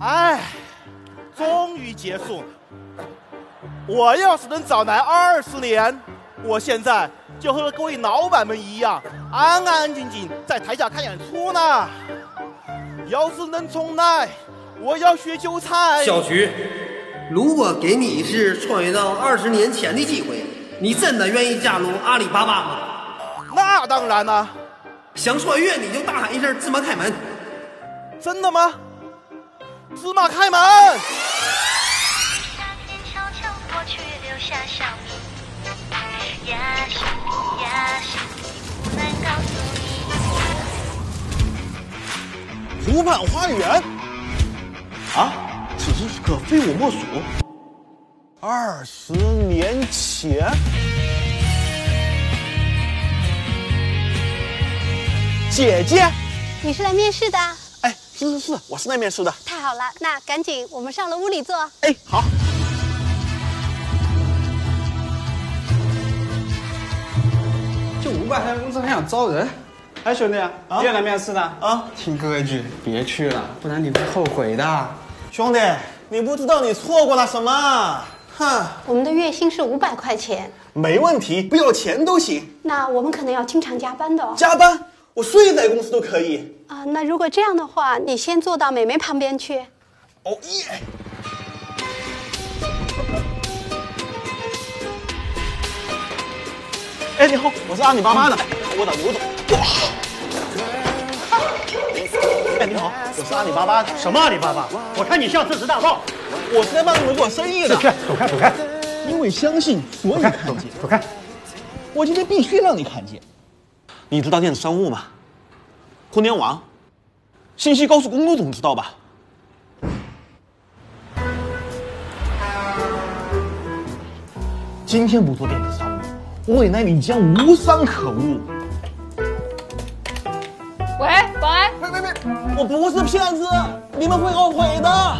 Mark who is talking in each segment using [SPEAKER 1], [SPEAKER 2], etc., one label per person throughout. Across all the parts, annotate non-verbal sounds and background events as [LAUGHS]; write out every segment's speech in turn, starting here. [SPEAKER 1] 哎，终于结束了。我要是能早来二十年，我现在就和各位老板们一样，安安静静在台下看演出呢。要是能重来，我要学韭菜。
[SPEAKER 2] 小徐，
[SPEAKER 3] 如果给你一次穿越到二十年前的机会，你真的愿意加入阿里巴巴吗？
[SPEAKER 1] 那当然啦、
[SPEAKER 3] 想穿越你就大喊一声“芝麻开门
[SPEAKER 1] 真的吗？芝麻开门！
[SPEAKER 4] 大街悄悄过去，留下小谜。呀西呀西，不能告诉你。
[SPEAKER 1] 湖畔花园，啊，此时此刻非我莫属。二十年前，姐姐，
[SPEAKER 5] 你是来面试的啊？
[SPEAKER 1] 哎，是是是，我是来面试的。
[SPEAKER 5] 太好了，那赶紧我们上楼屋里坐。
[SPEAKER 1] 哎，好。
[SPEAKER 6] 就五百开工资还想招人？哎，兄弟，你也来面试的
[SPEAKER 1] 啊？
[SPEAKER 6] 听哥一句，别去了，不然你会后悔的。
[SPEAKER 1] 兄弟，你不知道你错过了什么？哼，
[SPEAKER 5] 我们的月薪是五百块钱，
[SPEAKER 1] 没问题，不要钱都行。
[SPEAKER 5] 那我们可能要经常加班的哦。
[SPEAKER 1] 加班，我睡在公司都可以。
[SPEAKER 5] 啊，那如果这样的话，你先坐到美眉旁边去。
[SPEAKER 1] 哦耶！哎，你好，我是阿里巴巴的。我的刘总。哇！哎，你好，我是阿里巴巴的。
[SPEAKER 7] 什么阿里巴巴？我看你像次次大盗。
[SPEAKER 1] 我是来帮你们做生意的。
[SPEAKER 7] 去，走开，走开，
[SPEAKER 1] 因为相信，所以看见。
[SPEAKER 7] 走开。
[SPEAKER 1] 我今天必须让你看见。你知道电子商务吗？互联网、信息高速公路总知道吧？今天不做电子商务，未来你将无商可务。
[SPEAKER 8] 喂，保安，
[SPEAKER 1] 我不是骗子，你们会后悔的。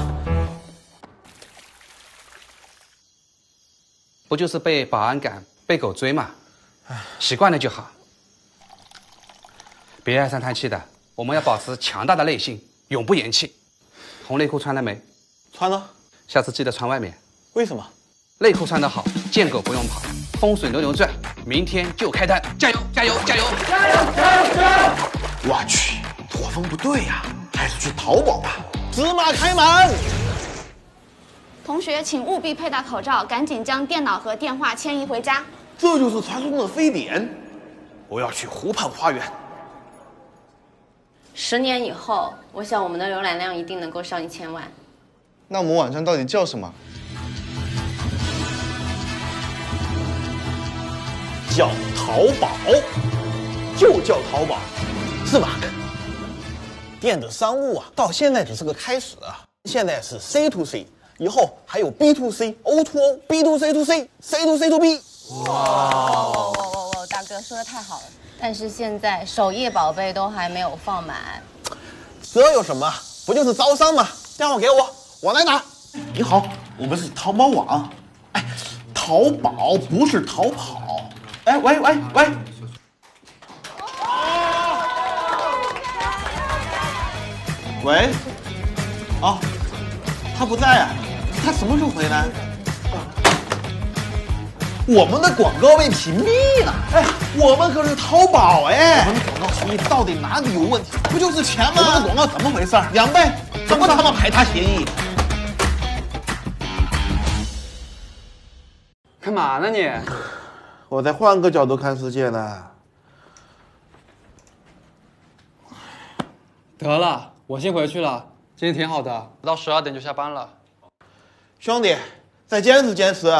[SPEAKER 2] 不就是被保安赶、被狗追嘛？习惯了就好，别唉声叹气的。我们要保持强大的内心，永不言弃。红内裤穿了没？
[SPEAKER 1] 穿了，
[SPEAKER 2] 下次记得穿外面。
[SPEAKER 1] 为什么？
[SPEAKER 2] 内裤穿得好，见狗不用跑，风水轮流转，明天就开单，加油加油加油！
[SPEAKER 9] 我去，作风不对呀、还是去淘宝吧。
[SPEAKER 1] 芝麻开门。
[SPEAKER 8] 同学，请务必佩戴口罩，赶紧将电脑和电话迁移回家。
[SPEAKER 1] 这就是传说中的非典。我要去湖畔花园。
[SPEAKER 10] 十年以后，我想我们的浏览量一定能够上一千万。
[SPEAKER 11] 那我们晚上到底叫什么？
[SPEAKER 1] 叫淘宝，就叫淘宝，是吧？电子商务啊，到现在只是个开始啊，现在是 C to C，以后还有 B to C、O to O、B to C to C、C to C to B。
[SPEAKER 10] 哦哦哦，大哥说的太好了。但是现在首页宝贝都还没有放满，
[SPEAKER 1] 这有什么？不就是招商吗？电话给我，我来拿。
[SPEAKER 9] 你好，我们是淘宝网。哎，淘宝不是逃跑。哎，喂喂喂，
[SPEAKER 1] 喂，哦，他不在啊，他什么时候回来？我们的广告被屏蔽了，哎，我们可是淘宝哎，我们的广告协议到底哪里有问题？不就是钱吗？我们的广告怎么回事？两倍，怎么他妈排他协议？
[SPEAKER 6] 干嘛呢你？
[SPEAKER 9] 我再换个角度看世界呢。
[SPEAKER 6] 得了，我先回去了。今天挺好的，不到十二点就下班了。
[SPEAKER 1] 兄弟，再坚持坚持，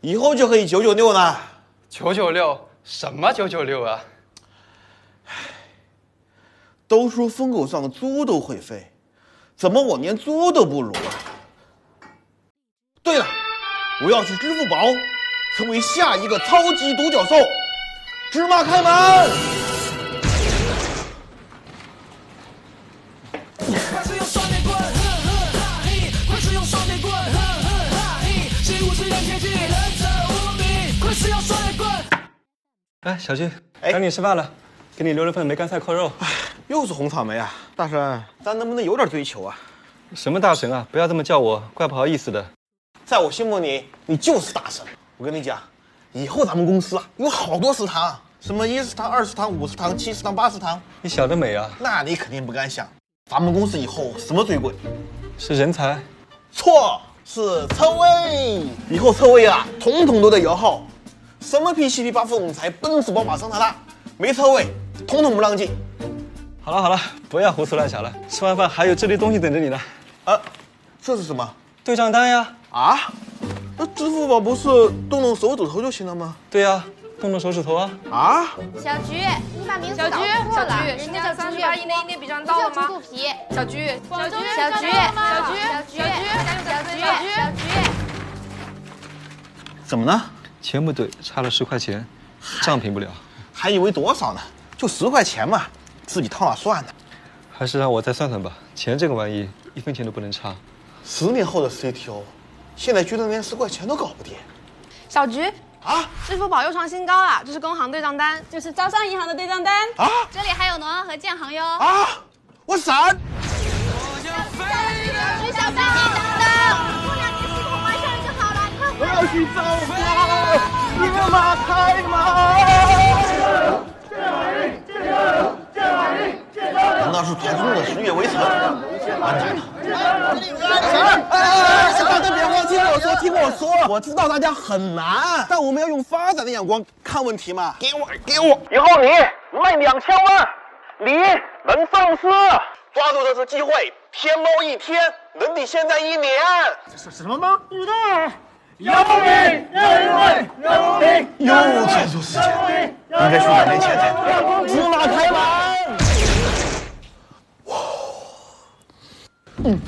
[SPEAKER 1] 以后就可以九九六了。
[SPEAKER 2] 九九六什么九九六啊？
[SPEAKER 9] 都说风口上的猪都会飞，怎么我连猪都不如啊？
[SPEAKER 1] 对了，我要去支付宝，成为下一个超级独角兽。芝麻开门。
[SPEAKER 6] 哎，小徐，
[SPEAKER 1] 哎
[SPEAKER 6] 等你吃饭了， [LAUGHS] 给你留了份梅干菜扣肉。
[SPEAKER 1] 又是红草莓啊！大神，咱能不能有点追求啊？
[SPEAKER 6] 什么大神啊？不要这么叫我，怪不好意思的。
[SPEAKER 1] 在我心目里，你就是大神。我跟你讲，以后咱们公司啊，有好多食堂啊，什么一食堂、二食堂、五食堂、七食堂、八食堂，
[SPEAKER 6] 你想得美啊！
[SPEAKER 1] 那你肯定不敢想。咱们公司以后什么最贵？
[SPEAKER 6] 是人才？
[SPEAKER 1] 错，是车位。以后车位啊，统统都得摇号。什么 PCP、巴富、总裁、奔驰、宝马、桑塔纳，没车位，统统不让进。
[SPEAKER 6] 好了好了，不要胡思乱想了。吃完饭还有这堆东西等着你呢。
[SPEAKER 1] 啊，这是什么？
[SPEAKER 6] 对账单呀。
[SPEAKER 1] 啊？那支付宝不是动动手指头就行了吗？
[SPEAKER 6] 对呀、动动手指头啊。
[SPEAKER 1] 啊？
[SPEAKER 10] 小菊，你把名字
[SPEAKER 5] 小
[SPEAKER 10] 搞
[SPEAKER 5] 菊
[SPEAKER 10] 错
[SPEAKER 5] 小
[SPEAKER 10] 了，
[SPEAKER 5] 菊
[SPEAKER 10] 人
[SPEAKER 5] 是
[SPEAKER 10] 家
[SPEAKER 5] 叫
[SPEAKER 10] 叫
[SPEAKER 5] 三
[SPEAKER 10] 猪
[SPEAKER 5] 十
[SPEAKER 10] 八
[SPEAKER 5] 八一那
[SPEAKER 10] 一那一
[SPEAKER 5] 一
[SPEAKER 10] 年
[SPEAKER 5] 年
[SPEAKER 10] 比
[SPEAKER 5] 比
[SPEAKER 10] 上
[SPEAKER 5] 上
[SPEAKER 10] 到
[SPEAKER 5] 到
[SPEAKER 10] 了
[SPEAKER 5] 了
[SPEAKER 10] 吗
[SPEAKER 5] 吗？
[SPEAKER 10] 小
[SPEAKER 5] 小
[SPEAKER 10] 菊
[SPEAKER 5] 菊，
[SPEAKER 10] 小菊
[SPEAKER 5] 小菊，
[SPEAKER 10] 小
[SPEAKER 5] 小
[SPEAKER 10] 菊
[SPEAKER 5] 菊，小
[SPEAKER 10] 小菊
[SPEAKER 5] 菊，
[SPEAKER 10] 小菊
[SPEAKER 5] 小菊，
[SPEAKER 1] 怎么了？
[SPEAKER 6] 钱不对，差了十块钱，账平不了，
[SPEAKER 1] 还以为多少呢？就十块钱嘛，自己掏哪算呢？
[SPEAKER 6] 还是让我再算算吧。钱这个玩意，一分钱都不能差。
[SPEAKER 1] 十年后的 CTO，现在居然连十块钱都搞不定。
[SPEAKER 5] 小菊啊！支付宝又创新高了，这是工行对账单，
[SPEAKER 10] 这是招商银行的对账单
[SPEAKER 1] 啊！
[SPEAKER 12] 这里还有农行和建行哟。
[SPEAKER 1] 啊！我闪！
[SPEAKER 12] 去小飞，你等等。
[SPEAKER 13] 我要去造花，你们马开吗？
[SPEAKER 1] 难道是传说中的十月围城？完蛋了！
[SPEAKER 13] 哎哎哎
[SPEAKER 1] 大家别慌，听我说，听我说，我知道大家很难，但我们要用发展的眼光看问题嘛。给我，给我！
[SPEAKER 3] 以后你卖两千万，你能上市。抓住这次机会，天猫一天能抵现在一年。这是什么吗？日代。有你，有你，有你，
[SPEAKER 1] 又结束时间，应该去两年前才。
[SPEAKER 3] 竹马开门。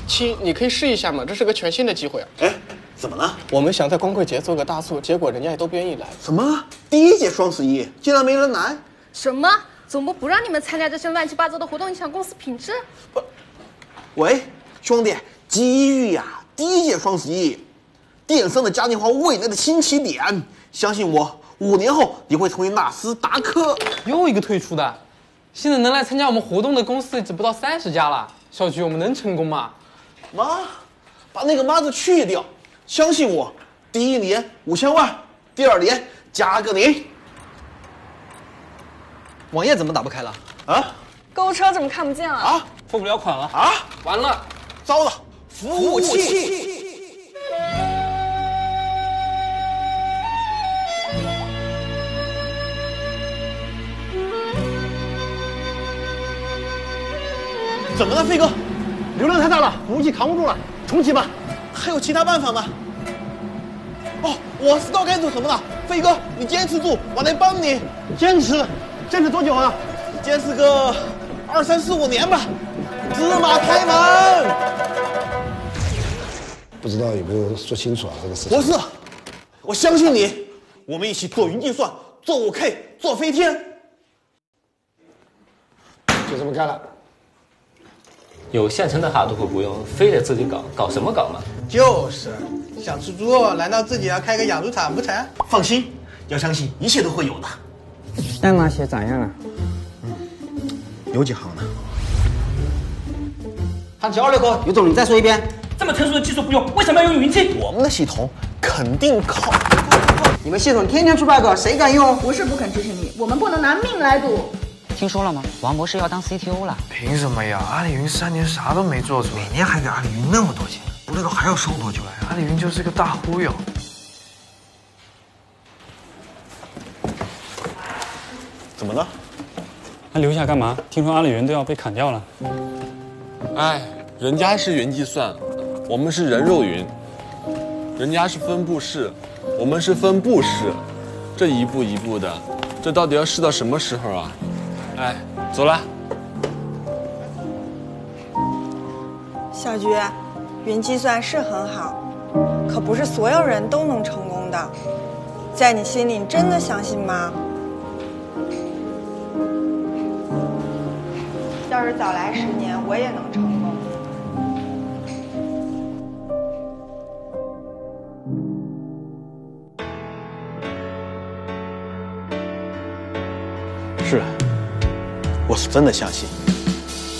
[SPEAKER 14] 亲，你可以试一下嘛，这是个全新的机会啊。
[SPEAKER 1] 哎，怎么了？
[SPEAKER 14] 我们想在光棍节做个大促，结果人家也都不愿意来。
[SPEAKER 1] 什么？第一届双十一竟然没人来？
[SPEAKER 5] 什么？总部不让你们参加这些乱七八糟的活动，影响公司品质？
[SPEAKER 1] 喂，兄弟，机遇呀、第一届双十一，电商的家庭化未来的新起点，相信我，五年后你会成为纳斯达克。
[SPEAKER 15] 又一个退出的，现在能来参加我们活动的公司已经不到三十家了。小菊，我们能成功吗？
[SPEAKER 1] 妈，把那个“妈”字去掉，相信我，第一年五千万，第二年加个零。
[SPEAKER 2] 网页怎么打不开了？
[SPEAKER 1] 啊？
[SPEAKER 5] 购物车怎么看不见了？啊，
[SPEAKER 15] 付不了款了
[SPEAKER 1] 啊！
[SPEAKER 15] 完了，
[SPEAKER 1] 糟了，服务器。怎么了，飞哥？
[SPEAKER 3] 流量太大了，服务器扛不住了，重启吧。
[SPEAKER 1] 还有其他办法吗？哦，我知道该做什么了。飞哥，你坚持住，我来帮你。坚持，坚持多久啊？坚持个二三四五年吧。芝麻开门。
[SPEAKER 16] 不知道有没有说清楚啊这个事情。
[SPEAKER 1] 博士，我相信你，我们一起做云计算，做五 K，做飞天。
[SPEAKER 16] 就这么干了。
[SPEAKER 17] 有现成的哈都可不用，非得自己搞，搞什么搞嘛？
[SPEAKER 18] 就是想吃猪肉，难道自己要开个养猪场不成？
[SPEAKER 1] 放心，要相信一切都会有的。
[SPEAKER 2] 代码写咋样了？
[SPEAKER 1] 有几行呢？
[SPEAKER 2] 喊起二六哥，有种你再说一遍。
[SPEAKER 17] 这么特殊的技术不用，为什么要用云器？
[SPEAKER 1] 我们的系统肯定靠。
[SPEAKER 2] 你们系统天天出 bug，谁敢用？
[SPEAKER 19] 不是不肯支持你，我们不能拿命来赌。
[SPEAKER 2] 听说了吗？王博士要当 CTO 了。
[SPEAKER 20] 凭什么呀？阿里云三年啥都没做出来，每年还给阿里云那么多钱，不知道还要收多久呀？阿里云就是个大忽悠。
[SPEAKER 1] 怎么了？
[SPEAKER 21] 还留下干嘛？听说阿里云都要被砍掉了。
[SPEAKER 22] 哎，人家是云计算，我们是人肉云；人家是分布式，我们是分布式。这一步一步的，这到底要试到什么时候啊？哎，走了。
[SPEAKER 4] 小菊，云计算是很好，可不是所有人都能成功的。在你心里，你真的相信吗？要是早来十年，我也能成功。
[SPEAKER 1] 是，我是真的相信。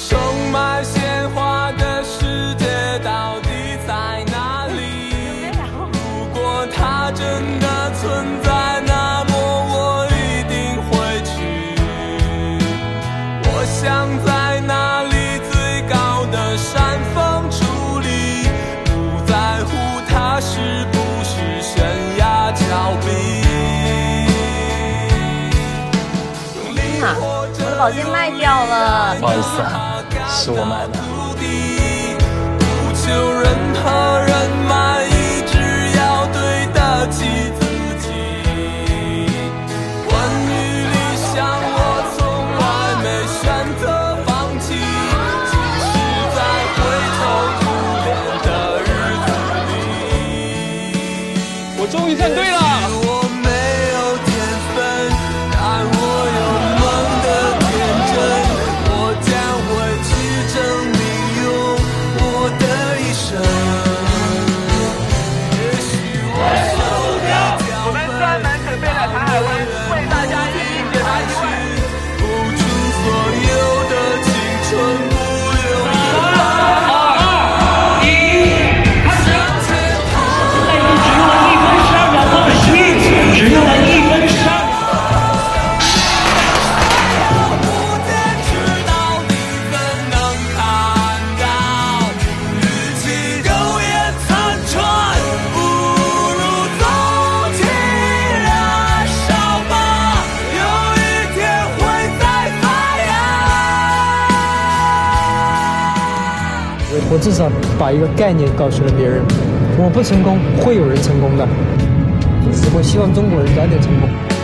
[SPEAKER 13] 售卖鲜花的世界
[SPEAKER 6] 到底在哪里？如果它真的存在，那么我一定会去。我想在那里最高的山峰矗立，不在乎它是不是悬崖峭壁。
[SPEAKER 5] 天哪，我的宝剑卖掉了。
[SPEAKER 6] 不好意思
[SPEAKER 5] 啊，
[SPEAKER 6] 是我买的。不求任何人满意，只要对得起自己。关于理想，我从来没选择放弃，即使在灰头土脸的日子里。我终于站对了。我没有天分，但我有梦的天真，我将会去证明用我的一生。我们专门准备了台海湾，为大家一起解答疑问。付出所有的青春，不留遗憾。三二一，开始！只用了一分三秒。其苟延残喘，不如纵情燃烧吧，有一天会再发芽。
[SPEAKER 10] 我至少把一个概念告诉了别人，我不成功，会有人成功的，我希望中国人早点成功。